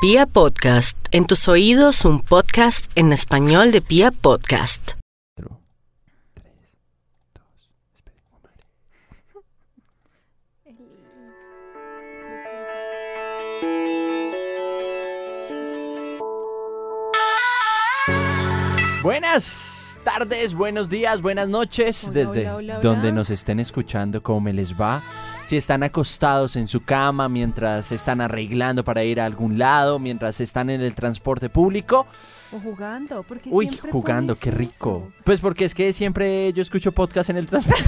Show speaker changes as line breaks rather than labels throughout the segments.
Pia Podcast, en tus oídos un podcast en español de Pia Podcast.
oh, Buenas tardes, buenos días, buenas noches,
Hola,
desde
hola, hola, hola.
donde nos estén escuchando, cómo me les va. Si están acostados en su cama, mientras se están arreglando para ir a algún lado, mientras están en el transporte público.
O jugando, porque
Uy,
siempre
jugando,
pones
qué rico.
eso.
Pues porque es que siempre yo escucho podcast en el transporte.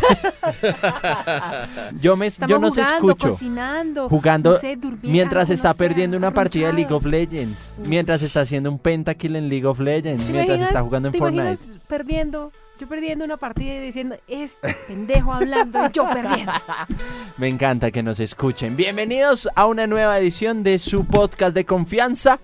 yo me,
Estamos
yo no se
jugando,
escucho.
cocinando,
Jugando
no sé, durmiendo,
Mientras
no
está
sé,
perdiendo una partida de League of
arrunchado.
Legends,
Uy.
mientras está haciendo un pentakill en League of Legends,
¿Te
mientras
imaginas-
está jugando en
te
Fortnite.
imaginas perdiendo, yo perdiendo una partida y diciendo, este pendejo hablando y yo perdiendo.
Me encanta que nos escuchen. Bienvenidos a una nueva edición de su podcast de confianza,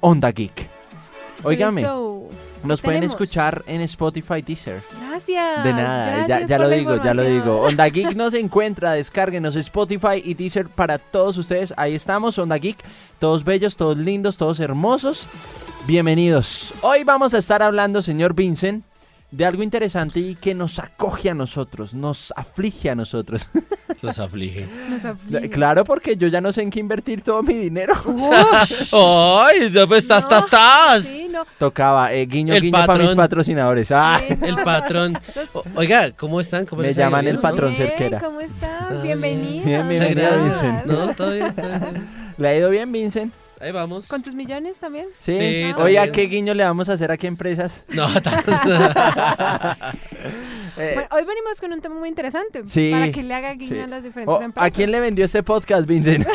Onda Geek. Óigame,
Listo.
nos pueden
tenemos?
escuchar en Spotify Teaser.
Gracias.
De nada, ya,
gracias
ya
por
lo
la
digo, ya lo
información.
digo. Onda Geek nos encuentra, descárguenos Spotify y Deezer para todos ustedes. Ahí estamos, Onda Geek, todos bellos, todos lindos, todos hermosos. Bienvenidos. Hoy vamos a estar hablando, señor Vincent, de algo interesante y que nos acoge a nosotros, nos aflige a nosotros.
Los aflige.
Nos aflige.
Claro, porque yo ya no sé en qué invertir todo mi dinero.
Ush,
¡Ay! ya, pues, ¡Estás, estás, estás!
sí, no,
Tocaba, eh, guiño,
El
guiño para mis
patrón.
patrocinadores. Ah,
sí, no.
El patrón.
Entonces,
O- Oiga, ¿cómo están? ¿Cómo
Me
les ha ido?
llaman el
¿no?
patrón.
bien,
cerquera.
¿Cómo estás?
Ah, bien.
Bienvenido.
Bien,
Muchas
bienvenido,
gracias.
Vincent.
No, todo bien, todo bien.
¿Le ha ido bien, Vincent?
Ahí vamos.
¿Con tus millones también?
Sí.
Sí,
Oiga,
también.
¿qué guiño le vamos a hacer aquí a empresas?
No, ta-
Eh,
Bueno, hoy venimos con un tema muy interesante
Sí,
para que le haga guiño
sí.
a las diferentes
oh,
empresas.
¿A quién le vendió este podcast, Vincent?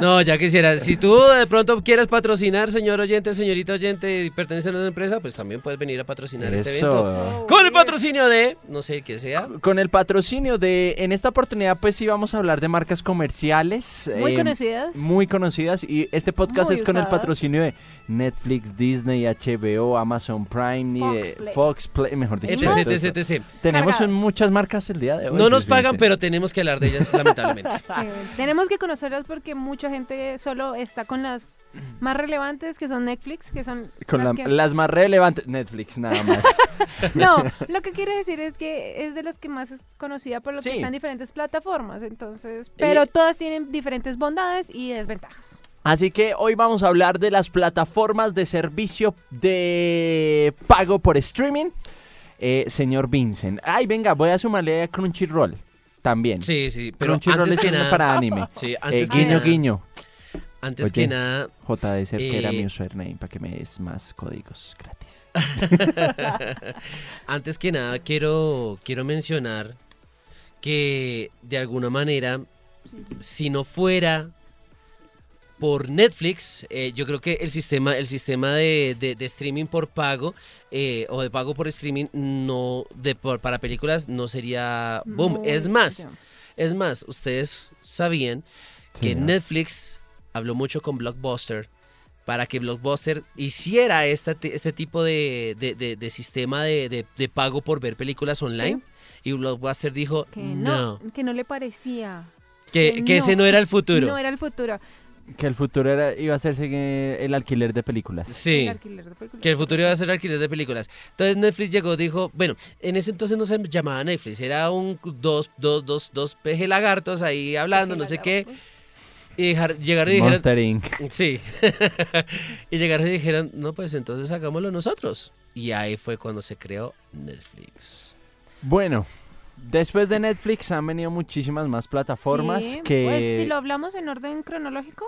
no, ya quisiera. Si tú de pronto quieres patrocinar, señor oyente, señorita oyente, y perteneces a una empresa, pues también puedes venir a patrocinar este evento.
Eso.
Con el patrocinio de, no sé qué sea.
Con el patrocinio de, en esta oportunidad pues sí vamos a hablar de marcas comerciales.
Muy
eh,
conocidas.
Muy conocidas y este podcast
Muy
es con el
usadas.
patrocinio de Netflix, Disney, HBO, Amazon Prime, y de
Fox Play.
Fox Play, mejor dicho.
Etc,
todo esto.
etc, etc.
Tenemos
Cargados.
muchas marcas el día de hoy.
No nos
Luis
pagan,
Vincent.
pero tenemos que hablar de ellas, lamentablemente.
Sí, tenemos que conocerlas porque mucha gente solo está con las más relevantes que son Netflix, que son
Con la-
las que-
las más relevantes. Netflix, nada más.
No, lo que quiere decir es que es de las que más es conocida por lo
Sí.
que están en diferentes plataformas, entonces, pero todas tienen diferentes bondades y desventajas.
Así que hoy vamos a hablar de las plataformas de servicio de pago por streaming. Eh, señor Vincent. Ay, venga, voy a sumarle a Crunchyroll también.
Sí, sí, pero
Crunchyroll
antes
es
que
uno
nada.
para anime.
Sí,
Eh,
antes que
guiño,
nada-
guiño.
Antes que
Oye.
nada,
JDC, que era
Eh,
mi username, para que me des más códigos gratis.
Antes que nada, quiero, quiero mencionar que de alguna manera, si no fuera por Netflix, eh, yo creo que el sistema, el sistema de, de- de streaming por pago eh, o de pago por streaming no de por- para películas no sería Ah, boom.
Muy
es más,
bien.
es más, ustedes sabían que
Señor.
Netflix habló mucho con Blockbuster para que Blockbuster hiciera esta ti- este tipo de, de- de- de sistema de, de- de pago por ver películas online. Y Blockbuster dijo,
que no,
no,
que no le parecía,
que,
que
que ese
no.
no era el futuro.
no era el futuro.
Que el futuro era- iba a hacerse eh, el alquiler de películas.
Sí,
El alquiler de películas.
que el futuro iba a ser alquiler de películas. Entonces Netflix llegó, dijo, bueno, en ese entonces no se llamaba Netflix, era un dos, dos, dos, dos peje lagartos ahí hablando, no sé qué. Y dejar- llegaron y dijeron,
Monster Inc.
Sí. y llegaron y dijeron, no, pues entonces hagámoslo nosotros. Y ahí fue cuando se creó Netflix.
Bueno, después de Netflix han venido muchísimas más plataformas
Sí,
que...
Pues si lo hablamos en orden cronológico,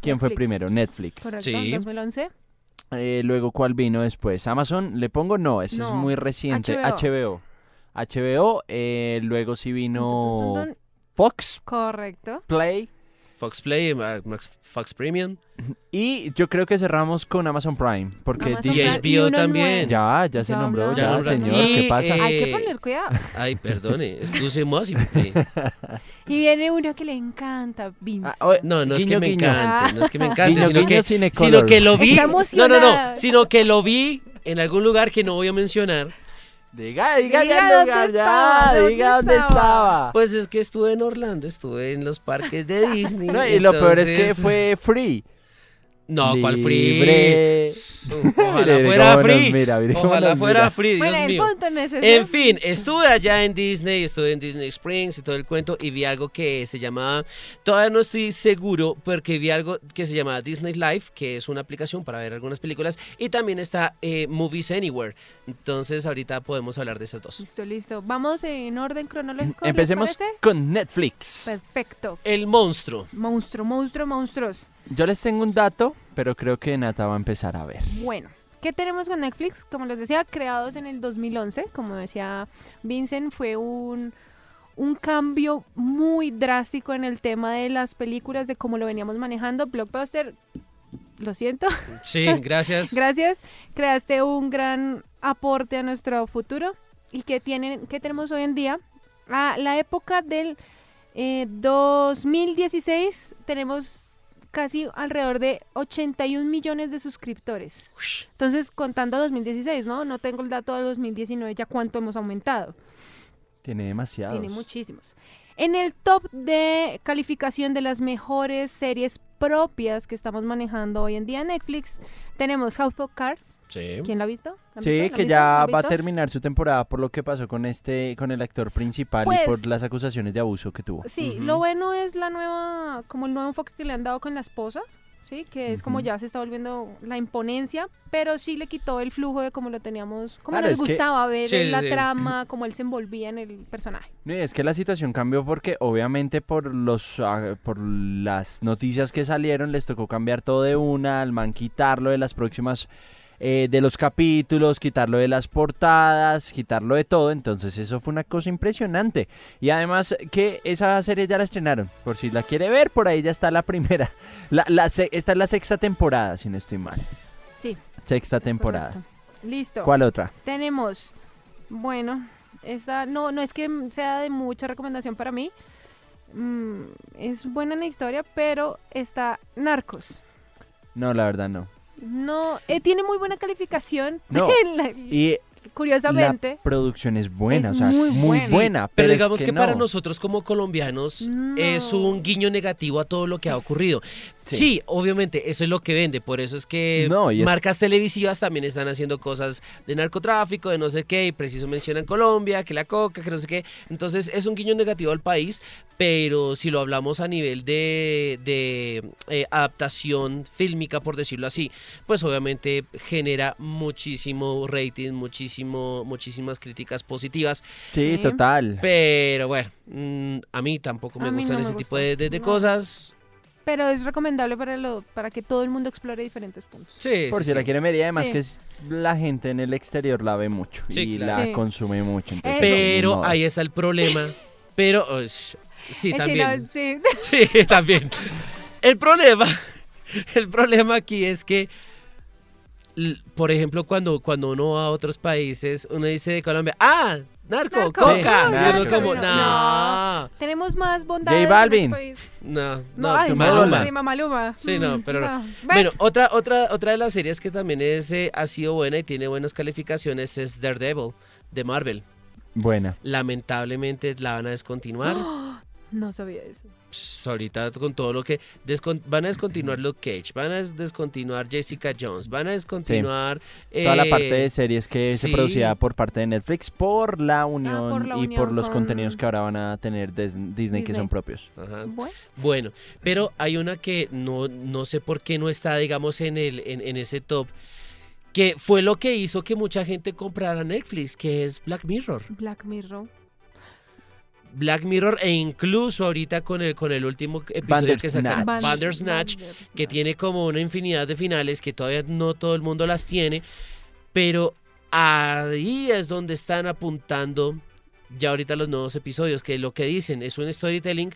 ¿Quién fue
Netflix.
primero? Netflix.
correcto,
Sí.
2011.
Eh, luego, ¿cuál vino después? ¿Amazon? ¿Le pongo? No, ese es
No,
muy reciente. HBO.
HBO.
HBO, eh, luego sí
Tun,
vino
tun, tun, tun.
Fox
Correcto.
Play
Fox Play, Ma- Max- Fox Premium.
y yo creo que cerramos con Amazon Prime porque
Amazon
di-
Y
Prime
HBO
uno
también.
nuevo.
ya, ya se
Ya
nombró,
hablamos.
ya,
Ya nombramos.
señor,
Y,
¿qué pasa?
eh,
Hay que poner cuidado.
Ay, perdone, excuse moi, si- eh,
Y viene uno que le encanta, Vince.
Ah, oye,
No, no es
Guiño,
que me
guiño. Ah.
encante, no es que me encante,
Guiño,
sino
guiño,
que,
Cinecolor.
sino que lo vi.
Está
No, no, no,
emocionada.
sino que lo vi en algún lugar que no voy a mencionar.
Diga, diga,
Diga
ya
dónde
lugar,
estaba,
ya,
dónde
diga dónde
estaba.
estaba.
Pues es que
Pues,
estuve en Orlando, estuve en los parques de Disney.
No, y lo peor es que
entonces-
fue free.
No, ¿cuál
Libre.
free? Ojalá
Mire
fuera
cómo nos
free.
mira, mire cómo
Ojalá
nos
fuera
mira.
free,
bueno,
Dios
el
mío.
punto no es ese.
En fin, estuve allá en Disney, estuve en Disney Springs y todo el cuento y vi algo que se llamaba, todavía no estoy seguro, porque vi algo que se llamaba Disney Live, que es una aplicación para ver algunas películas y también está eh, Movies Anywhere. Entonces ahorita podemos hablar de esas dos.
Listo, listo. Vamos en orden cronológico. ¿les
Empecemos
parece? Pues.
con Netflix.
Perfecto.
El monstruo.
Monstruo, monstruo, monstruos.
Yo les tengo un dato, pero creo que Nata va a empezar a ver.
Bueno, ¿qué tenemos con Netflix? Como les decía, creados en el 2011, como decía Vincent, fue un, un cambio muy drástico en el tema de las películas, de cómo lo veníamos manejando. Blockbuster, lo siento,
Sí, gracias.
gracias, creaste un gran aporte a nuestro futuro y que, tienen, que tenemos hoy en día. A la época del eh, 2016 tenemos casi alrededor de 81 millones de suscriptores.
Ush.
Entonces, contando 2016, ¿no? No tengo el dato de 2019, ya cuánto hemos aumentado.
Tiene demasiados.
Tiene muchísimos. En el top de calificación de las mejores series propias que estamos manejando hoy en día en Netflix, tenemos House of Cards.
Sí.
¿Quién la ha visto? ¿La han visto? ¿La
Sí,
han
que
visto? ¿La
ya
han
va a
visto?
terminar su temporada por lo que pasó con este, con el actor principal y
Pues-
por las acusaciones de abuso que tuvo.
Sí,
Ujú.
lo bueno es la nueva, como el nuevo enfoque que le han dado con la esposa, ¿sí? Que es como
Ujú.
ya se está volviendo la imponencia, pero sí le quitó el flujo de como lo teníamos, como
Claro,
nos
es que-
gustaba ver
Sí, sí,
la
sí.
trama, como él se envolvía en el personaje.
No, y es que la situación cambió porque obviamente por los ah, por las noticias que salieron les tocó cambiar todo de una, al man quitarlo de las próximas eh, de los capítulos, quitarlo de las portadas, quitarlo de todo, entonces eso fue una cosa impresionante. Y además que esa serie ya la estrenaron, por si la quiere ver, por ahí ya está la primera. La, la se- esta es la sexta temporada, si no estoy mal.
Sí.
Sexta temporada.
correcto. Listo.
¿Cuál otra?
Tenemos, bueno, esta no, no es que mm, sea de mucha recomendación para mí. Mm, es buena en la historia, pero está Narcos.
No, la verdad no.
No, eh, tiene muy buena calificación.
No,
en la-
Y
curiosamente.
La producción es buena,
Es
o sea,
muy
muy,
buena.
buena.
Pero,
pero es
digamos que,
no.
para nosotros como colombianos
No.
es un guiño negativo a todo lo que ha ocurrido. Sí.
Sí.
obviamente, eso es lo que vende. Por eso es que
No, y es-
marcas televisivas también están haciendo cosas de narcotráfico, de no sé qué, y preciso mencionan Colombia, que la coca, que no sé qué. Entonces es un guiño negativo al país, pero si lo hablamos a nivel de, de, eh, adaptación fílmica, por decirlo así, pues obviamente genera muchísimo rating, muchísimo, muchísimas críticas positivas.
Sí,
Sí.
total.
Pero bueno, mm, a mí tampoco me
A mí
gustan
no me
ese tipo
gusta,
de, de- de
no.
cosas.
Pero es recomendable para, lo, para que todo el mundo explore diferentes puntos.
Sí,
Por
sí,
si la
sí.
quieren ver y además
Sí.
que es- la gente en el exterior la ve mucho
Sí,
y
claro.
la
Sí.
consume mucho. entonces,
Eso.
ni
Pero
modo.
ahí está el problema. Pero uy, sí,
Eh,
también.
sí, no, sí.
Sí, también. El problema, el problema aquí es que, l- por ejemplo, cuando, cuando uno va a otros países, uno dice de Colombia, ah, narco,
Narco,
coca.
sí,
Y uno
narco,
como,
sí,
no,
no. Tenemos más bondades.
J
en
Balvin.
el país.
no, no,
No, ay, no,
que Maluma.
sí, Maluma.
Sí, no,
Mm,
pero no.
Bueno,
Bueno, otra, otra, otra de las series que también es, eh, ha sido buena y tiene buenas calificaciones es Daredevil de Marvel.
Buena.
Lamentablemente la van a descontinuar.
no sabía eso.
Pss, ahorita con todo lo que... descon- van a descontinuar Luke Cage, van a descontinuar Jessica Jones, van a descontinuar...
Toda la
eh,
parte de series que se
sí.
producía por parte de Netflix por la unión,
Ah, la
y por
unión
los
con
contenidos que ahora van a tener des- Disney, que
Disney.
son propios.
Ajá.
Bueno,
Bueno, pero hay una que no, no sé por qué no está, digamos, en, el, en, en ese top, que fue lo que hizo que mucha gente comprara Netflix, que es Black Mirror.
Black Mirror.
Black Mirror e incluso ahorita con el, con el último episodio que sacaron,
Bandersnatch.
Ah, Bandersnatch, que tiene como una infinidad de finales que todavía no todo el mundo las tiene, pero ahí es donde están apuntando ya ahorita los nuevos episodios, que lo que dicen es un storytelling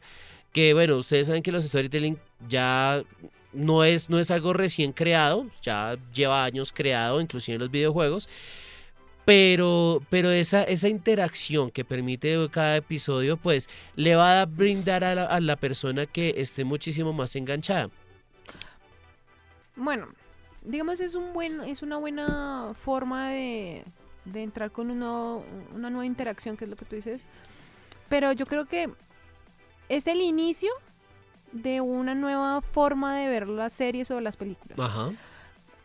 que bueno, ustedes saben que los storytelling ya no es, no es algo recién creado, ya lleva años creado, inclusive en los videojuegos. Pero, pero esa, esa interacción que permite cada episodio, pues le va a brindar a la, a la persona que esté muchísimo más enganchada.
Bueno, digamos es un buen, es una buena forma de, de entrar con un nuevo- una nueva interacción, que es lo que tú dices. Pero yo creo que es el inicio de una nueva forma de ver las series o las películas.
Ajá.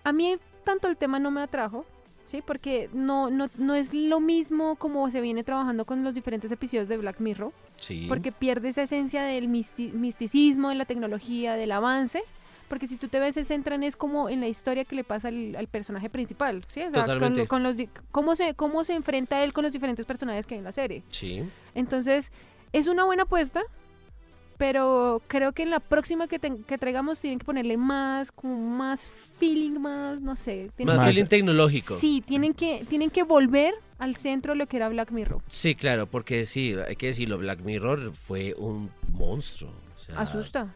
A mí tanto el tema no me atrajo, ¿sí? Porque no, no, no es lo mismo como se viene trabajando con los diferentes episodios de Black Mirror,
Sí.
porque pierde esa esencia del misti- misticismo, de la tecnología, del avance. Porque si tú te ves, se centran es como en la historia que le pasa al, al personaje principal, ¿sí? O sea, con,
Totalmente.
lo- con los, di- cómo, se, cómo se enfrenta él con los diferentes personajes que hay en la serie.
Sí.
Entonces, es una buena apuesta, pero creo que en la próxima que, ten- que traigamos tienen que ponerle más, como más feeling, más, no sé. tienen
Más
que-
feeling tecnológico.
Sí, tienen que, tienen que volver al centro lo que era Black Mirror.
Sí, claro, porque sí, hay que decirlo, Black Mirror fue un monstruo. o sea,
Asusta.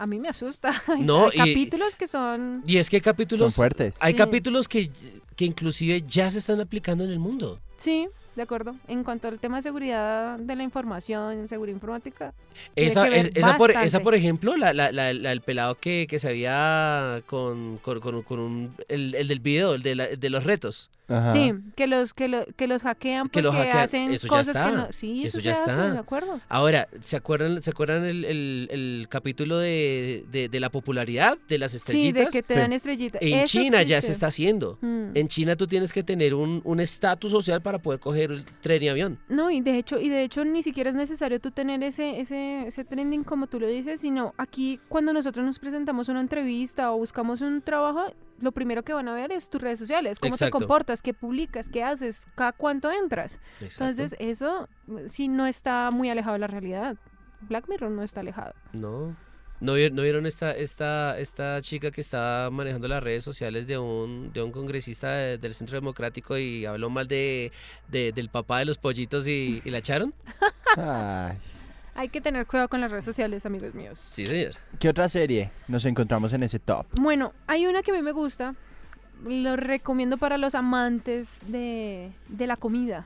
A mí me asusta. Hay-
No,
hay
y-
capítulos que son...
Y es que hay
Son
capítulos,
fuertes.
hay
Sí.
capítulos que, que inclusive ya se están aplicando en el mundo.
Sí, de acuerdo. En cuanto al tema de seguridad de la información, seguridad informática, Tiene
Esa,
que ver
es- esa, por, esa,
bastante.
por ejemplo, la, la- la- la- el pelado que, que se había con, con, con- con un, el, el del video, el de, la- el de los retos.
Ajá.
sí, que los que, lo- que los hackean
Que
porque
los hackean,
hacen
eso ya
cosas
está,
que no, sí,
eso
eso,
ya
se hace,
está.
de acuerdo.
Ahora, ¿se acuerdan, ¿se acuerdan el, el- el capítulo de, de- de la popularidad de las
Sí,
estrellitas?
de que te
Sí.
dan estrellitas.
En
Eso
China ya se
existe.
está haciendo.
Mm.
En China tú tienes que tener un un estatus social para poder coger el tren y avión.
No, y de hecho, y de hecho ni siquiera es necesario tú tener ese, ese, ese trending como tú lo dices, sino aquí cuando nosotros nos presentamos a una entrevista o buscamos un trabajo, lo primero que van a ver es tus redes sociales, cómo
Exacto.
te comportas, qué publicas, qué haces, cada cuánto entras. Entonces, eso mm, sí no está muy alejado de la realidad. Black Mirror no está alejado.
No. ¿No, vi- no vieron esta, esta, esta chica que estaba manejando las redes sociales de un, de un congresista de- del Centro Democrático y habló mal de, de- del papá de los pollitos y, y la echaron?
Ay.
Hay que tener cuidado con las redes sociales, amigos míos.
Sí, señor.
¿Qué otra serie nos encontramos en ese top?
Bueno, hay una que a mí me gusta, lo recomiendo para los amantes de, de la comida,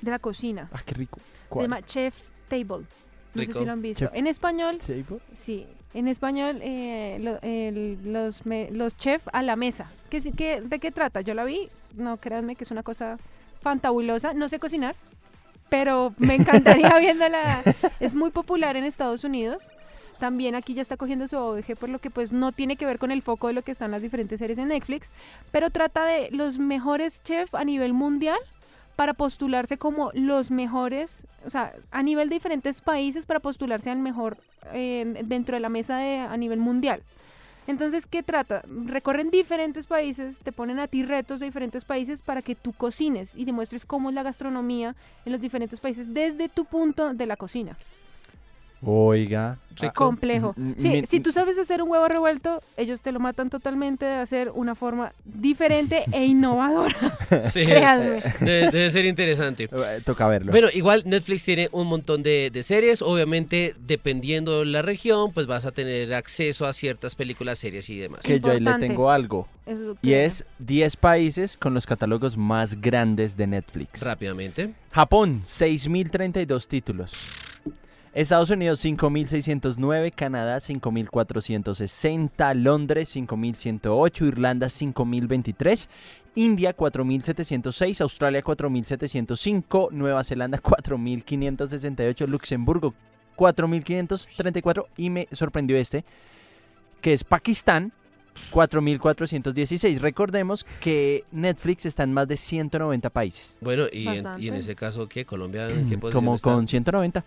de la cocina.
Ah, qué rico.
Se
¿Cuál?
llama Chef Table. No sé
Rico.
si lo han visto.
Chef-
En español,
¿Table?
sí. En español, eh, lo- el- los, me- los chefs a la mesa. ¿Qué, si- qué- ¿De qué trata? Yo la vi. No, créanme que es una cosa fantabulosa. No sé cocinar, pero me encantaría viéndola. Es muy popular en Estados Unidos. También aquí ya está cogiendo su auge, por lo que pues no tiene que ver con el foco de lo que están las diferentes series en Netflix, pero trata de los mejores chefs a nivel mundial para postularse como los mejores, o sea, a nivel de diferentes países para postularse al mejor eh, dentro de la mesa de, a nivel mundial. Entonces, ¿qué trata? Recorren diferentes países, te ponen a ti retos de diferentes países para que tú cocines y demuestres cómo es la gastronomía en los diferentes países desde tu punto de la cocina.
Oiga.
Rico.
Complejo.
Mm, mm,
Sí,
mi-
si tú sabes hacer un huevo revuelto, ellos te lo matan totalmente de hacer una forma diferente e innovadora.
Sí, es-
Créanme.
debe, debe ser interesante.
eh, Toca verlo.
Bueno, igual Netflix tiene un montón de, de series. Obviamente, dependiendo de la región, pues vas a tener acceso a ciertas películas, series y demás.
que yo ahí le
importante.
tengo algo.
Eso
Y
creo.
es 10 países con los catálogos más grandes de Netflix.
Rápidamente.
Japón, 6.032 títulos. Estados Unidos, 5.609. Canadá, 5.460. Londres, 5.108. Irlanda, 5.023. India, 4.706. Australia, 4.705. Nueva Zelanda, 4.568. Luxemburgo, 4.534. Y me sorprendió este, que es Pakistán. 4.416. Recordemos que Netflix está en más de 190 países.
Bueno, y en, y en
Bastante.
ese caso, ¿qué? ¿Colombia? ¿En qué posición
Mm, Como
está?
con 190.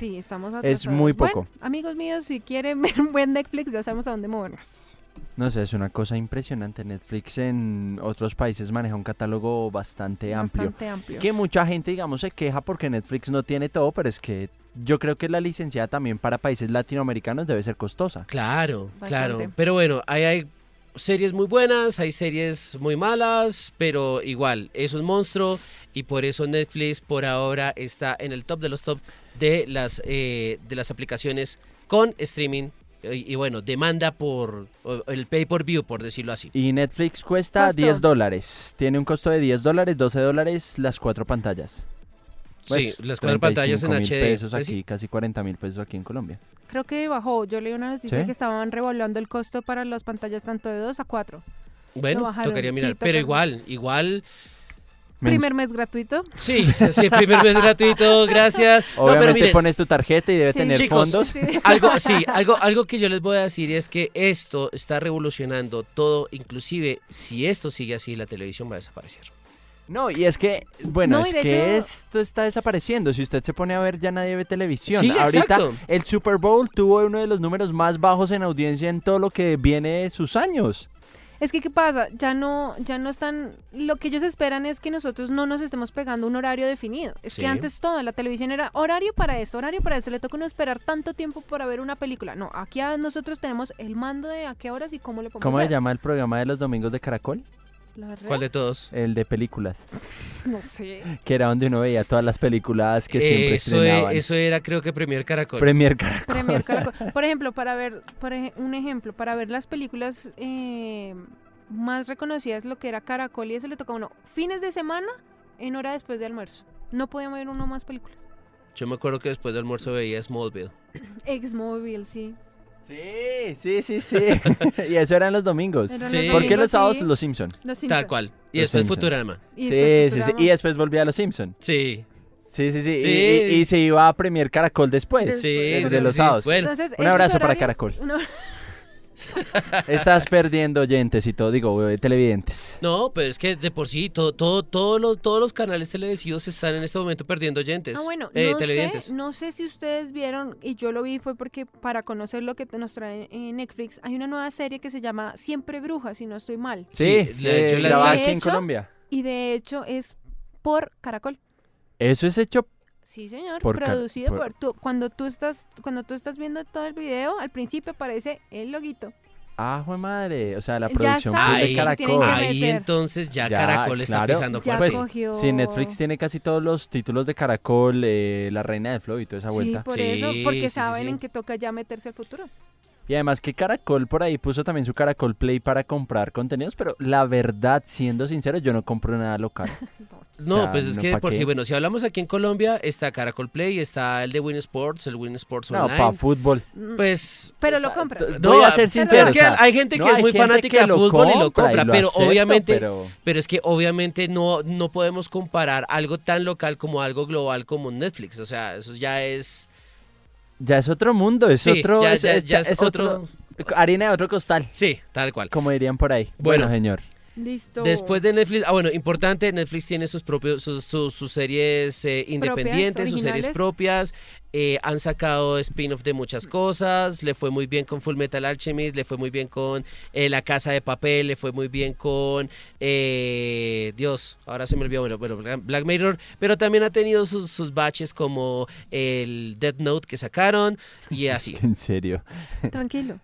Sí, estamos
Es
atrasados.
muy
Bueno,
poco.
amigos míos, si quieren ver un buen Netflix, ya sabemos a dónde movernos.
No sé, es una cosa impresionante. Netflix en otros países maneja un catálogo bastante amplio.
Bastante amplio.
Que mucha gente, digamos, se queja porque Netflix no tiene todo, pero es que yo creo que la licenciada también para países latinoamericanos debe ser costosa.
Claro, claro.
Bastante.
Pero bueno, ahí hay series muy buenas, hay series muy malas, pero igual, es un monstruo y por eso Netflix por ahora está en el top de los top de las, eh, de las aplicaciones con streaming eh, y, bueno, demanda por o- el pay por view, por decirlo así.
Y Netflix cuesta
Costo.
10 dólares. Tiene un costo de 10 dólares, 12 dólares las cuatro pantallas. Pues,
sí, las
35
cuatro pantallas en
mil
HD.
pesos
Pues sí,
aquí, casi 40 mil pesos aquí en Colombia.
Creo que bajó. Yo leí una noticia
¿Sí?
que estaban revaluando el costo para las pantallas tanto de 2 a 4.
Bueno,
bajaron.
tocaría mirar,
Sí,
pero
tocaron.
igual, igual
Men-
Primer mes gratuito.
Sí, sí, primer mes gratuito, gracias. No, pero
Obviamente
miren,
pones tu tarjeta y debe
Sí.
tener
Chicos.
fondos.
Sí.
Algo, sí, algo, algo que yo les voy a decir es que esto está revolucionando todo, inclusive si esto sigue así, la televisión va a desaparecer.
No, y es que, bueno,
No, y
es
de
que
hecho-
esto está desapareciendo. Si usted se pone a ver, ya nadie ve televisión.
Sí,
Ahorita
exacto.
el Super Bowl tuvo uno de los números más bajos en audiencia en todo lo que viene de sus años.
Es que, ¿qué pasa? Ya no, ya no están... Lo que ellos esperan es que nosotros no nos estemos pegando un horario definido. Es
Sí.
que antes todo en la televisión era horario para esto, horario para esto. Le toca no esperar tanto tiempo para ver una película. No, aquí a- nosotros tenemos el mando de a qué horas y cómo le podemos
¿Cómo se
ver.
llama el programa de los domingos de Caracol?
La verdad,
¿Cuál de todos?
El de películas,
No sé.
que era donde uno veía todas las películas que
Eh,
siempre
eso,
estrenaban.
e- eso era, creo que Premier Caracol.
Premier Caracol.
Premier Caracol. Por ejemplo, para ver, por ej- un ejemplo, para ver las películas eh, más reconocidas, lo que era Caracol y eso le tocaba uno fines de semana en hora después de almuerzo. No podíamos ver uno más películas.
Yo me acuerdo que después del almuerzo veía Smallville.
Ex-Mobile, sí.
Sí, sí, sí, sí. y eso eran los domingos.
Eran
Sí.
los
Pues, ¿Por qué
domingos,
los sábados
sí,
los Simpson?
los
Tal
Simpson.
cual. Y
Los
después
Simpson.
Futurama.
Y
sí,
después
sí, sí.
Futurama.
Y después volvía a los Simpson.
Sí,
Sí, sí, sí. y-
Sí.
Y, y se iba a Premier Caracol
sí,
después.
Des-
sí.
Desde
sí,
los
sí.
sábados.
Bueno,
Entonces,
un
esos
abrazo para
horarios-
Caracol.
un abra-
Estás perdiendo oyentes y todo, digo, eh, televidentes.
no, pero es que de por sí, todo, todo, todos los, todos los canales televisivos están en este momento perdiendo oyentes.
Ah, bueno,
eh,
no,
televidentes.
sé, no sé si ustedes vieron, y yo lo vi, fue porque para conocer lo que te- nos trae en Netflix, hay una nueva serie que se llama Siempre Bruja, si no estoy mal.
Sí,
Sí, la-
eh,
yo la-
grabada
De
aquí en
hecho-
Colombia.
Y de hecho es por Caracol.
Eso es hecho.
Sí, señor,
Por Car-
producido
por-
por, tú. Cuando tú estás cuando tú estás viendo todo el video, al principio aparece el loguito.
Ah, jue madre. O sea, la
Ya
producción
saben
fue de
que
Caracol.
tienen que
Ahí
meter.
entonces ya,
Ah, Ya,
Caracol está
claro.
pisando
Ya
fuerte.
Pues,
cogió.
Sí, Netflix tiene casi todos los títulos de Caracol, eh, La Reina del Flow y toda esa
Sí,
vuelta.
por
Sí,
eso,
sí,
porque
sí,
saben
sí.
en que toca ya meterse al futuro.
Y además que Caracol por ahí puso también su Caracol Play para comprar contenidos, pero la verdad, siendo sincero, yo no compro nada local.
No,
O sea,
pues es
no,
que
¿pa'
por
qué?
si, bueno, si hablamos aquí en Colombia, está Caracol Play, está el de Win Sports, el Win Sports
No,
Online.
para fútbol.
Mm,
Pues.
Pero lo compran.
No, Voy a ser sincero.
Es que
o sea,
hay gente que
no,
es
hay
muy
gente que
fanática del
lo
fútbol y lo compra,
y
pero
acepto,
obviamente. Pero...
pero-
es que obviamente no, no podemos comparar algo tan local como algo global como Netflix. O sea, eso ya es.
Ya es otro mundo, es
Sí,
otro,
ya-
es,
ya-
es-
ya es
es otro, harina de otro costal,
Sí, tal cual.
como dirían por ahí. Bueno,
Bueno.
señor.
Listo.
Después de Netflix, ah bueno, importante, Netflix tiene sus propios, sus, sus- sus series eh, independientes, sus series
originales.
propias, eh, han sacado spin-off de muchas cosas, le fue muy bien con Full Metal Alchemist, le fue muy bien con eh, La Casa de Papel, le fue muy bien con eh, Dios, ahora se me olvidó, bueno, bueno, Bla- Black Mirror, pero también ha tenido sus, sus baches como el Death Note que sacaron y así.
En serio.
Tranquilo.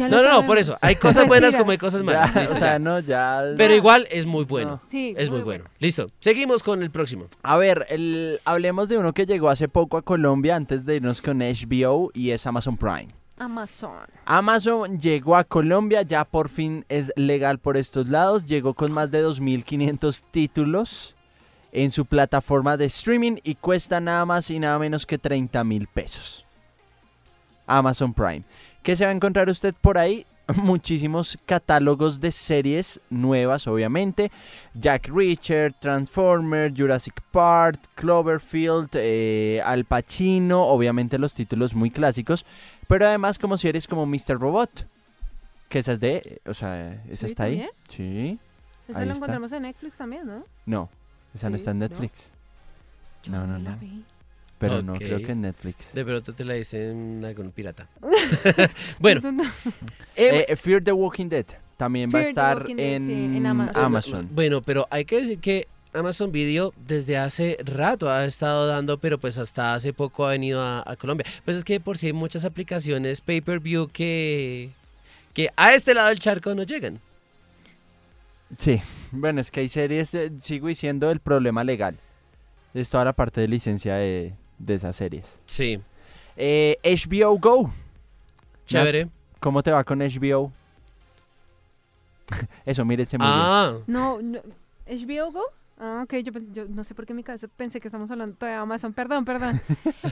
No, no, no, por eso, hay cosas buenas como hay cosas malas.
Pues Ya,
listo,
o sea,
ya.
no, ya.
Pero igual es muy bueno.
No.
Sí,
Es muy bueno. Listo. Seguimos con el próximo.
A ver, el- hablemos de uno que llegó hace poco a Colombia antes de irnos con HBO y es Amazon Prime.
Amazon.
Amazon llegó a Colombia, ya por fin es legal por estos lados, llegó con más de 2.500 títulos en su plataforma de streaming y cuesta nada más y nada menos que 30 mil pesos. Amazon Prime. ¿Qué se va a encontrar usted por ahí? Muchísimos catálogos de series nuevas, obviamente. Jack Richard, Transformer, Jurassic Park, Cloverfield, eh, Al Pacino, obviamente los títulos muy clásicos. Pero además como series como Mr. Robot, que esa es de... O sea, esa
Sí,
está ahí.
también.
Sí.
Eso
Ahí
lo
está.
encontramos en Netflix también, ¿no?
No, esa no
Sí,
está en
¿no?
Netflix.
Yo
No, no,
la
no.
vi.
Pero no, creo
Ok.
que en Netflix.
De pronto te la dicen algún pirata. bueno, eh,
Eh, Fear the Walking Dead también va a
Fear the
estar
Walking Dead,
en,
sí, en Amazon.
Amazon.
bueno, pero hay que decir que Amazon Video desde hace rato ha estado dando, pero pues hasta hace poco ha venido a, a Colombia. Pues es que por si hay muchas aplicaciones pay-per-view que, que a este lado del charco no llegan.
Sí, bueno, es que hay series, eh, sigo diciendo, el problema legal. Es toda la parte de licencia de, de esas series.
Sí,
Eh, HBO Go,
chévere.
¿cómo te va con HBO? Eso, mírense muy bien.
Ah,
No, no. ¿HBO Go? Ah, ok, yo, pen- yo no sé por qué en mi cabeza pensé que estamos hablando de Amazon. Perdón, perdón.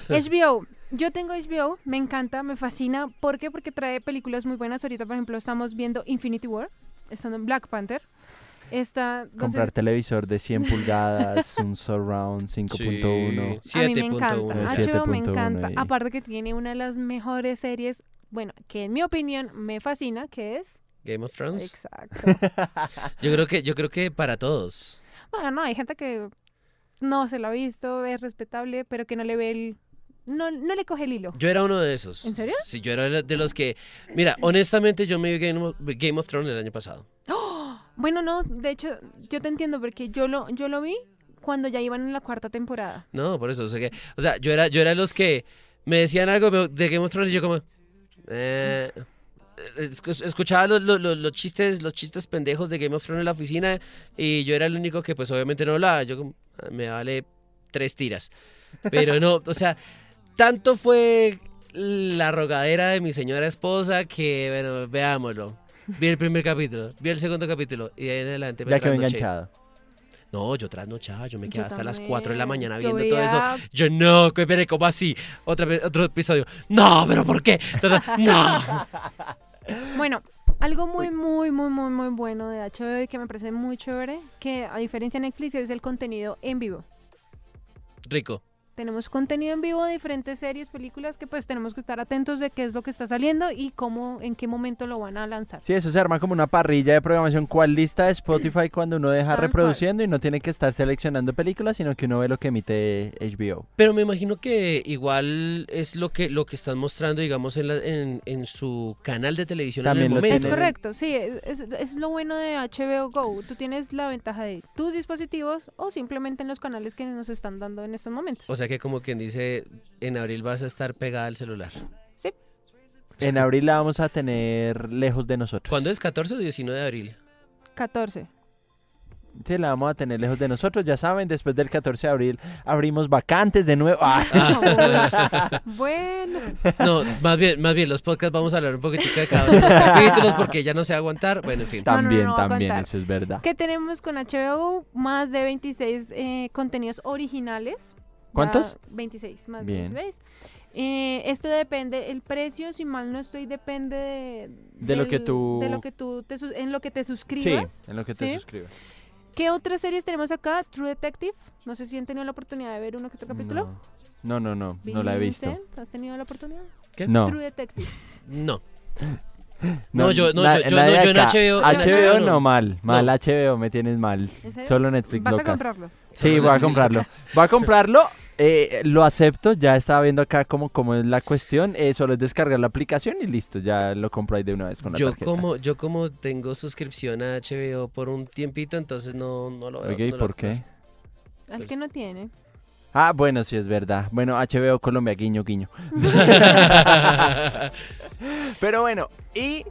HBO. Yo tengo HBO, me encanta, me fascina. ¿Por qué? Porque trae películas muy buenas. Ahorita, por ejemplo, estamos viendo Infinity War, estando en Black Panther. Esta, no sé,
Comprar televisor de 100 pulgadas, un surround 5.1.
Sí,
a mí me encanta.
7.1.
El
HBO me
7.1
encanta.
ahí.
Aparte que tiene una de las mejores series, bueno, que en mi opinión me fascina, que es...
Game of Thrones.
Ah. Exacto.
Yo creo que, yo creo que para todos.
Bueno, no, hay gente que no se lo ha visto, es respetable, pero que no le ve el... No, no le coge el hilo.
Yo era uno de esos.
¿En serio?
Sí, yo era de los- de los que. Mira, honestamente, yo me vi Game of, Game of Thrones el año pasado.
Bueno, no, de hecho, yo te entiendo porque yo lo, yo lo vi cuando ya iban en la cuarta temporada.
No, por eso. O sea, que, o sea yo, era, yo era de los que me decían algo me- de Game of Thrones y yo, como. eh, escu- escuchaba los, los- los- los chistes los chistes pendejos de Game of Thrones en la oficina y yo era el único que, pues, obviamente no hablaba. Yo, como, "Ah, me vale tres tiras. Pero no, o sea, tanto fue la rogadera de mi señora esposa que, bueno, veámoslo. Vi el primer capítulo, vi el segundo capítulo y de ahí en adelante me
Ya quedó
trasnoché.
enganchado.
No, yo trasnochaba, yo me quedaba
Yo
hasta las
también.
4 de la mañana
Yo
viendo todo eso.
veía-
Yo no, que veré ¿cómo así? Otra vez- otro episodio. No, pero ¿por qué? Ta, ta, No.
Bueno, algo muy, muy, muy, muy, muy bueno de HBO y que me parece muy chévere, que a diferencia de Netflix es el contenido en vivo.
Rico.
Tenemos contenido en vivo de diferentes series, películas que pues tenemos que estar atentos de qué es lo que está saliendo y cómo, en qué momento lo van a lanzar.
Sí, eso se arma como una parrilla de programación cual lista de Spotify cuando uno deja
Tal cual.
reproduciendo y no tiene que estar seleccionando películas, sino que uno ve lo que emite HBO.
Pero me imagino que igual es lo que, lo que están mostrando, digamos, en, la- en, en su canal de televisión
También
en
lo
el
Es
momento.
tienen.
correcto, sí, es, es lo bueno de HBO Go. Tú tienes la ventaja de tus dispositivos o simplemente en los canales que nos están dando en estos momentos.
O sea que como quien dice, en abril vas a estar pegada al celular.
En abril la vamos a tener lejos de nosotros.
¿Cuándo es 14 o 19 de abril?
14.
Sí, la vamos a tener lejos de nosotros, ya saben, después del 14 de abril abrimos vacantes de nuevo. Ah,
bueno.
No, más bien, más bien, los podcasts vamos a hablar un poquitico de cada uno de los capítulos porque ya no se va a aguantar. Bueno, en fin.
no, no,
también,
no va a
también,
contar.
eso es verdad.
¿Qué tenemos con HBO? Más de 26 eh, contenidos originales. Ya
¿Cuántos?
26, más
Bien.
de 26. Eh, esto depende, el precio, si mal no estoy, depende de,
De lo que
del-
tú-
de lo que tú te su- en lo que te
Sí,
suscribas.
en lo que
te
te
¿Sí?
suscribes.
¿Qué otras series tenemos acá? True Detective. No sé si han tenido la oportunidad de ver uno que otro capítulo.
No, no, no, no, la he visto.
Vincent, ¿Has tenido la oportunidad?
No.
True Detective.
No. No, yo- no,
na-
yo- yo
nadie
no- yo en
acá.
HBO
HBO
no.
no, mal, mal
No.
HBO, me tienes mal.
¿En serio?
Solo Netflix
Vas a
locas.
comprarlo.
Sí, voy a comprarlo. Voy a comprarlo. eh, lo acepto, ya estaba viendo acá cómo, cómo es la cuestión. eh, solo es descargar la aplicación y listo, ya lo compro ahí de una vez con la
Yo
tarjeta.
como, yo como tengo suscripción a HBO por un tiempito, entonces no, no lo veo.
Oye, ¿y
no lo-
por qué?
Al que no tiene.
Ah, bueno, sí, es verdad. Bueno, HBO Colombia, guiño, guiño. Pero bueno, y...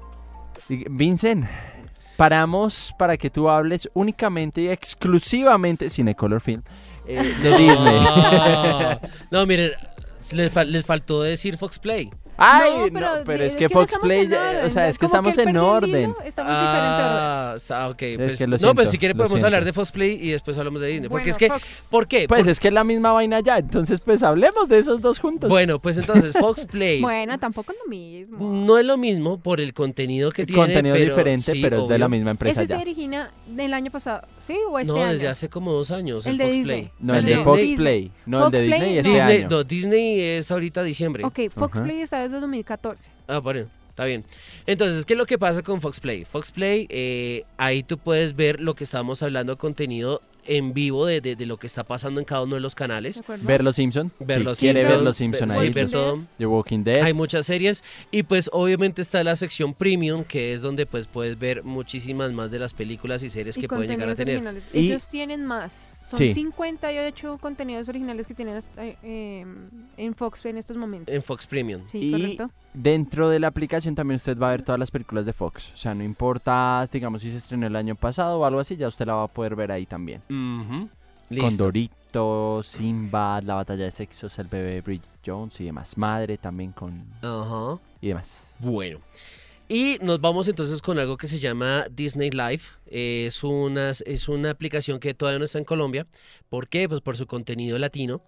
y- Vincent, paramos para que tú hables únicamente y exclusivamente Cinecolor Film eh, de Disney.
Ah. No, no, miren, les, fal- les faltó decir Fox Play.
Ay, no,
pero,
pero,
di-
es, que,
no
Fox
estamos
Play,
en
ya- o
orden,
sea,
¿no?
es que
Como
estamos
él
en
perdió el
orden.
hilo, estamos diferente orden.
Ah, sa- ok. pues-
que lo
no, pero
siento,
si quiere
lo
podemos hablar
siento.
de Fox Play y después hablamos de Disney.
Bueno,
Porque es que,
Fox.
¿por qué?
Pues es que es la misma vaina ya, entonces pues hablemos de esos dos
Por-
juntos.
bueno, pues entonces Fox Play
Bueno, tampoco es lo mismo.
no es lo mismo por el contenido que tiene.
Contenido
pero
diferente,
sí,
pero es de la
obvio.
misma empresa
Ese
ya.
se origina del año pasado, ¿sí? ¿O este
no,
año?
desde hace como dos años.
El
El,
de
Fox
Disney.
Play.
No,
El
el de
de
Fox
Disney.
Play. No,
Fox
el de
Play,
Disney este
Disney,
año.
no, Disney es ahorita diciembre.
Ok, Fox
Ajá.
Play está desde 2014.
Ah, bueno, está bien. Entonces, ¿qué es lo que pasa con Fox Play? Fox Play, eh, ahí tú puedes ver lo que estábamos hablando, contenido en vivo de, de- de lo que está pasando en cada uno de los
¿de
canales.
acuerdo?
Ver los Simpson.
Ver
si
los
quiere
Simpson,
ver los Simpson
ver-
ahí. Eh.
sí, ver
los-
todo.
The Walking Dead.
Hay muchas series y pues obviamente está la sección premium que es donde pues puedes ver muchísimas más de las películas y series
Y
que pueden llegar a
contenidos
tener.
originales.
Y-
Ellos tienen más. Son
Sí.
58 contenidos originales que tienen hasta, eh, eh, en Fox en estos momentos.
En Fox Premium.
Sí,
Y-
correcto.
Dentro de la aplicación también usted va a ver todas las películas de Fox. O sea, no importa, digamos, si se estrenó el año pasado o algo así, ya usted la va a poder ver ahí también.
Ujú.
Con
Listo.
Dorito, Simba, la batalla de sexos, el bebé Bridget Jones y demás. Madre también con...
Ajá.
y demás.
Bueno. Pues, Y nos vamos entonces con algo que se llama Disney Live. Eh, Es una, es una aplicación que todavía no está en Colombia. ¿Por qué? Pues por su contenido latino.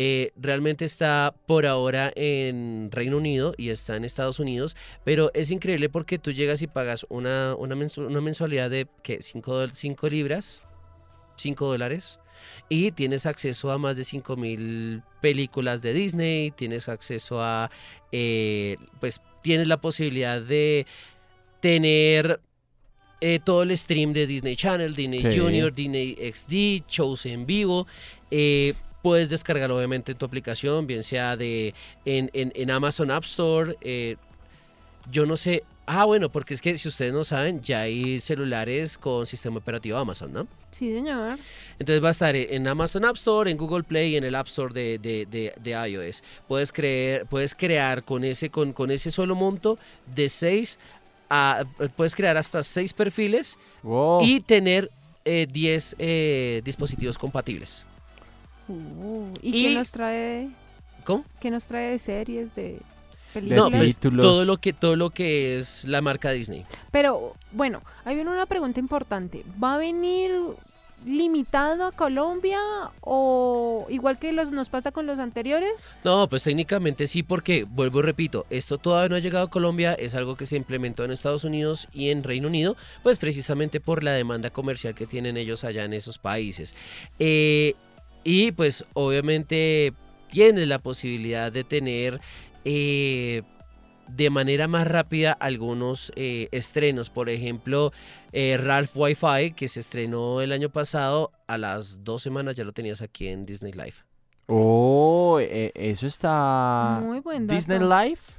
eh, realmente está por ahora en Reino Unido y está en Estados Unidos, pero es increíble porque tú llegas y pagas una, una, mensu- una mensualidad de 5 libras, 5 dólares, y tienes acceso a más de 5.000 películas de Disney, tienes acceso a, eh, pues tienes la posibilidad de tener eh, todo el stream de Disney Channel, Disney
Sí.
Junior, Disney XD, shows en vivo. eh, puedes descargar obviamente tu aplicación, bien sea de en, en- en Amazon App Store. eh, yo no sé. Ah, bueno, porque es que si ustedes no saben, ya hay celulares con sistema operativo Amazon, ¿no?
Sí, señor.
Entonces va a estar en Amazon App Store, en Google Play y en el App Store de, de- de- de iOS. Puedes, creer, puedes crear con ese, con, con ese solo monto de 6 a... Puedes crear hasta 6 perfiles
Wow.
y tener 10 dispositivos compatibles.
Uh, ¿Y, qué
Y-
nos trae?
¿Cómo?
¿Qué nos trae de series, de
De
películas?
No, pues,
títulos.
todo lo que todo lo que es la marca Disney.
Pero bueno, ahí viene una pregunta importante. ¿Va a venir limitado a Colombia o igual que los nos pasa con los anteriores?
No, pues técnicamente sí, porque, vuelvo y repito, esto todavía no ha llegado a Colombia, es algo que se implementó en Estados Unidos y en Reino Unido, pues precisamente por la demanda comercial que tienen ellos allá en esos países. Eh, y pues obviamente tienes la posibilidad de tener eh, de manera más rápida algunos eh, estrenos, por ejemplo, eh, Ralph Wi-Fi, que se estrenó el año pasado, a las dos semanas ya lo tenías aquí en Disney Live.
Oh, eh, eso está.
Muy buen dato.
Disney Life.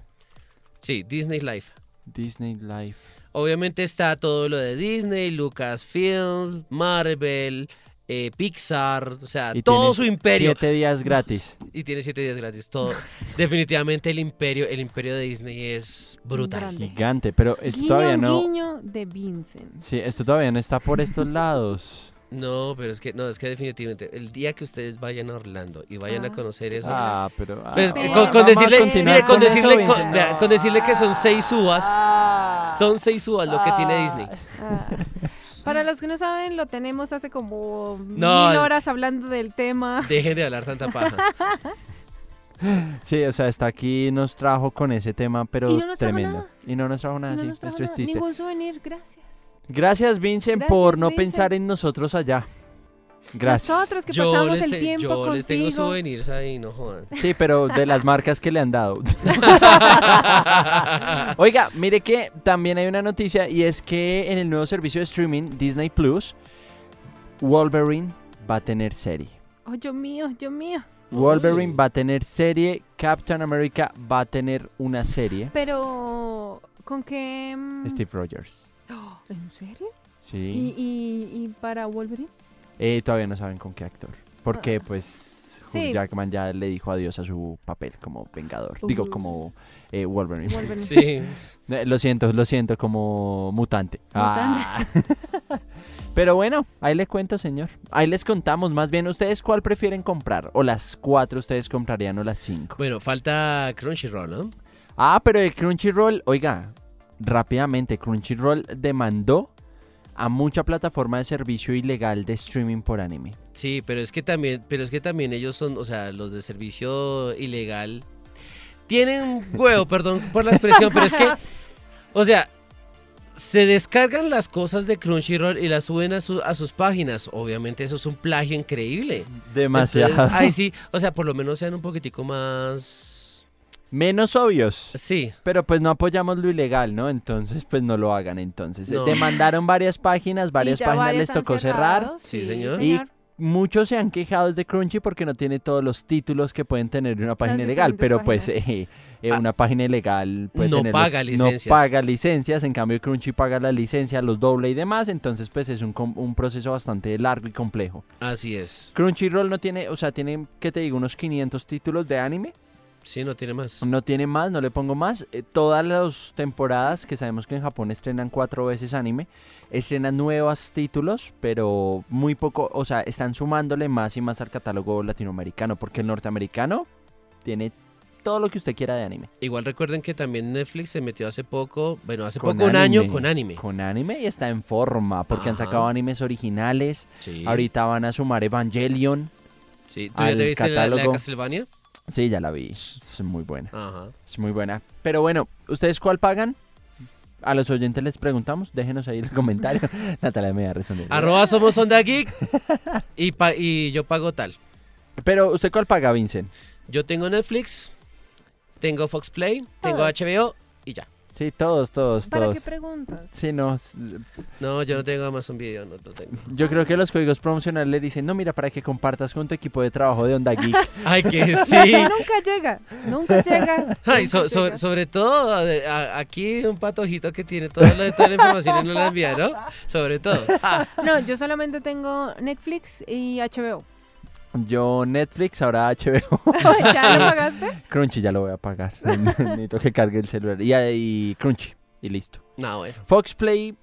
Sí, Disney Live.
Disney Life.
Obviamente está todo lo de Disney, Lucasfilm, Marvel, eh, Pixar, o sea,
Y
todo
tienes
su imperio.
Siete días gratis.
Y tiene siete días gratis, todo. Definitivamente el imperio, el imperio de Disney es brutal.
Grande.
Gigante, pero esto
Guiño,
todavía no.
guiño de Vincent.
Sí, esto todavía no está por estos lados.
No, pero es que, no, es que definitivamente, el día que ustedes vayan a Orlando y vayan a
Ah.
conocer eso.
Ah, pero. ah,
Pues,
qué
eh,
pena.
con, con
vamos a
decirle,
continuar
mire, con,
con eso,
decirle, con,
Vincent.
vea, con decirle que son seis uvas,
Ah.
son seis uvas lo que tiene Disney.
Ah. Para los que no saben, lo tenemos hace como
No.
mil horas hablando del tema.
Dejen de hablar tanta paja.
Sí, o sea, está aquí nos trajo con ese tema, pero
Y no nos trajo
tremendo.
nada.
Y no nos trajo
Ah,
nada,
no
sí,
nos trajo
esto es
nada,
triste.
ningún souvenir, gracias.
Gracias, Vincent,
Gracias,
por no
Vincent.
pensar en nosotros allá. Gracias.
Nosotros que
Yo
pasamos
les,
el
te-
tiempo
yo les tengo
contigo.
souvenirs ahí, no jodan.
Sí, pero de las marcas que le han dado. Oiga, mire que también hay una noticia y es que en el nuevo servicio de streaming Disney Plus, Wolverine va a tener serie.
Oh, yo mío, yo mío.
Wolverine
Uy.
va a tener serie, Captain America va a tener una serie,
Pero, ¿con qué? mm,
Steve Rogers.
oh, ¿En serio?
Sí.
¿Y, y, y para Wolverine?
Eh, todavía no saben con qué actor. Porque pues Hugh
Ah. Sí.
Jackman ya le dijo adiós a su papel como Vengador. Digo,
Uh.
como eh, Wolverine.
Wolverine.
Sí.
Eh, Lo siento, lo siento, como mutante. Ah. Pero bueno, ahí le cuento, señor. Ahí les contamos más bien ustedes cuál prefieren comprar. O las cuatro ustedes comprarían o las cinco.
Bueno, falta Crunchyroll, ¿no?
Ah, pero el Crunchyroll, oiga, rápidamente, Crunchyroll demandó a mucha plataforma de servicio ilegal de streaming por anime.
Sí, pero es que también, pero es que también ellos son, o sea, los de servicio ilegal tienen huevo, perdón por la expresión, pero es que, o sea, se descargan las cosas de Crunchyroll y las suben a, su- a sus páginas. Obviamente eso es un plagio increíble.
Demasiado.
Entonces, ahí sí, o sea, por lo menos sean un poquitico más,
Menos obvios.
sí.
Pero pues no apoyamos lo ilegal, ¿no? Entonces pues no lo hagan. Entonces
No.
demandaron varias páginas,
Y
varias
ya
páginas
varias
les
han
tocó cerrar.
cerrado,
Sí, señor.
Y Muchos se han quejado de Crunchy porque no tiene todos los títulos que pueden tener una página ilegal,
diferentes
pero pues eh, eh,
Ah.
una página ilegal puede
No
tener
paga licencias.
no paga licencias, en cambio Crunchy paga la licencia, los doble y demás, entonces pues es un, com- un proceso bastante largo y complejo.
Así es.
Crunchyroll no tiene, o sea, tiene, ¿qué te digo? Unos 500 títulos de anime,
Sí, no tiene más.
no tiene más, no le pongo más. Eh, todas las temporadas, que sabemos que en Japón estrenan cuatro veces anime, estrenan nuevos títulos, pero muy poco, o sea, están sumándole más y más al catálogo latinoamericano, porque el norteamericano tiene todo lo que usted quiera de anime.
Igual recuerden que también Netflix se metió hace poco, bueno, hace
Con
poco un año
anime.
con anime.
Con anime y está en forma, porque han
Ajá.
sacado animes originales.
Sí.
Ahorita van a sumar Evangelion.
Sí, ¿Tú ya
al
te viste la, la de
catálogo.
Castlevania?
Sí, ya la vi. Es muy buena.
Ajá.
Es muy buena. Pero bueno, ¿ustedes cuál pagan? A los oyentes les preguntamos. Déjenos ahí el comentario. Natalia me va a responder.
Arroba somos Onda Geek y, pa- y yo pago tal.
Pero ¿usted cuál paga, Vincent?
Yo tengo Netflix, tengo Fox Play, tengo
Todos.
HBO y ya.
Sí, todos, todos,
¿Para
pues,
qué
todos.
preguntas?
Sí, no. s-
No, yo no tengo Amazon Video, no lo tengo.
Yo creo que los códigos promocionales le dicen, no, mira, para que compartas con tu equipo de trabajo de Onda Geek.
Ay, que sí.
Natalia nunca llega, nunca llega.
Ay,
nunca
so- sobre,
llega.
sobre todo, a- a- aquí un patojito que tiene toda la, toda la información y no la envía, ¿no? Sobre todo. Ah,
No, yo solamente tengo Netflix y HBO.
Yo Netflix, ahora HBO.
¿Ya lo pagaste?
Crunchy ya lo voy a pagar. Necesito que cargue el celular. Y ahí Crunchy. Y listo.
no, bueno.
Fox Play,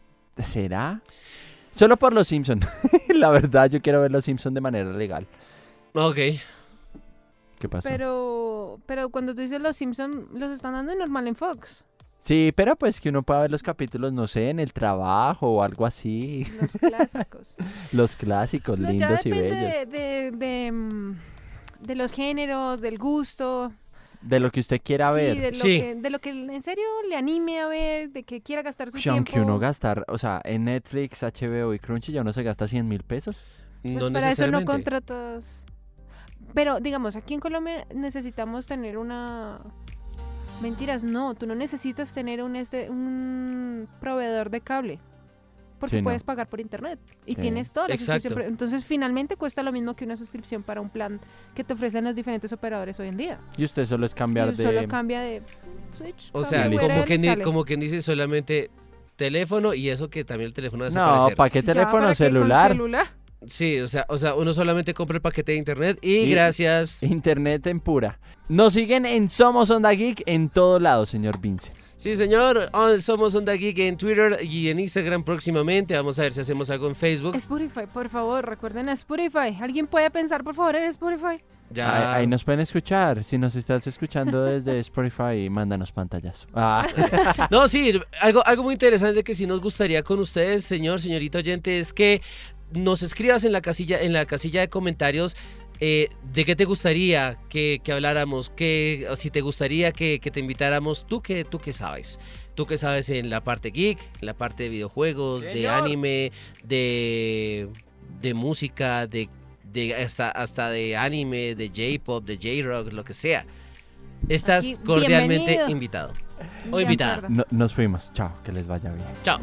¿será? Solo por los Simpsons. la verdad, yo quiero ver los Simpsons de manera legal.
Ok.
Pues
¿Qué pasó?
Pero, pero cuando tú dices Los Simpsons, los están dando en normal en Fox.
Sí, pero pues que uno pueda ver los capítulos, no sé, en el trabajo o algo así.
Los clásicos.
Los clásicos,
No, ya
lindos y
depende
bellos.
de, de, de, mm, de los géneros, del gusto.
De lo que usted quiera
sí,
ver.
De lo,
Sí.
Que, de lo que en serio le anime a ver, de que quiera gastar su
Uy, Aunque
tiempo.
uno gastar, o sea, en Netflix, HBO y Crunchy ya uno se gasta 100 mil pesos.
Pues
No
para eso no
necesariamente.
contratas. Pero digamos, aquí en Colombia necesitamos tener una. Mentiras, no, tú no necesitas tener un este un proveedor de cable.
Sí,
Porque
no. Eh,
puedes pagar por internet y
Sí.
tienes toda la
Exacto.
suscripción. pre- Entonces, finalmente cuesta lo mismo que una suscripción para un plan que te ofrecen los diferentes operadores hoy en día.
Y usted solo es
Y
cambiar de...
Solo cambia de Switch.
O
cambia
sea,
de
listo.
como
URL y
que, ni,
sale.
como que dice solamente teléfono y eso que también el teléfono va a
No,
desaparecer.
¿para qué
Ya,
teléfono
¿para qué con
celular?
celular?
Sí, o sea, o sea, uno solamente compra el paquete de internet y,
Y-
gracias.
Internet en pura. Nos siguen en Somos Onda Geek en todo lado, señor Vince.
Sí, señor. Oh, Somos Onda Geek en Twitter y en Instagram próximamente. Vamos a ver si hacemos algo en Facebook.
Spotify, por favor, recuerden a Spotify. ¿Alguien puede pensar, por favor, en Spotify?
Ya.
Ahí, ahí nos pueden escuchar. Si nos estás escuchando desde Spotify, mándanos pantallazo. Ah,
No, sí, algo, algo muy interesante que sí nos gustaría con ustedes, señor, señorita oyente, es que nos escribas en la casilla, en la casilla de comentarios. eh, de qué te gustaría que, que habláramos, que, o si te gustaría que, que te invitáramos, tú que tú qué sabes, tú que sabes en la parte geek, en la parte de videojuegos, de anime, de, de música, de, de hasta, hasta de anime, de J-pop, de J-rock, lo que sea. Estás
Aquí,
cordialmente
bienvenido.
invitado.
De
invitada.
acuerdo.
no- nos fuimos. Chao, que les vaya bien.
Chao.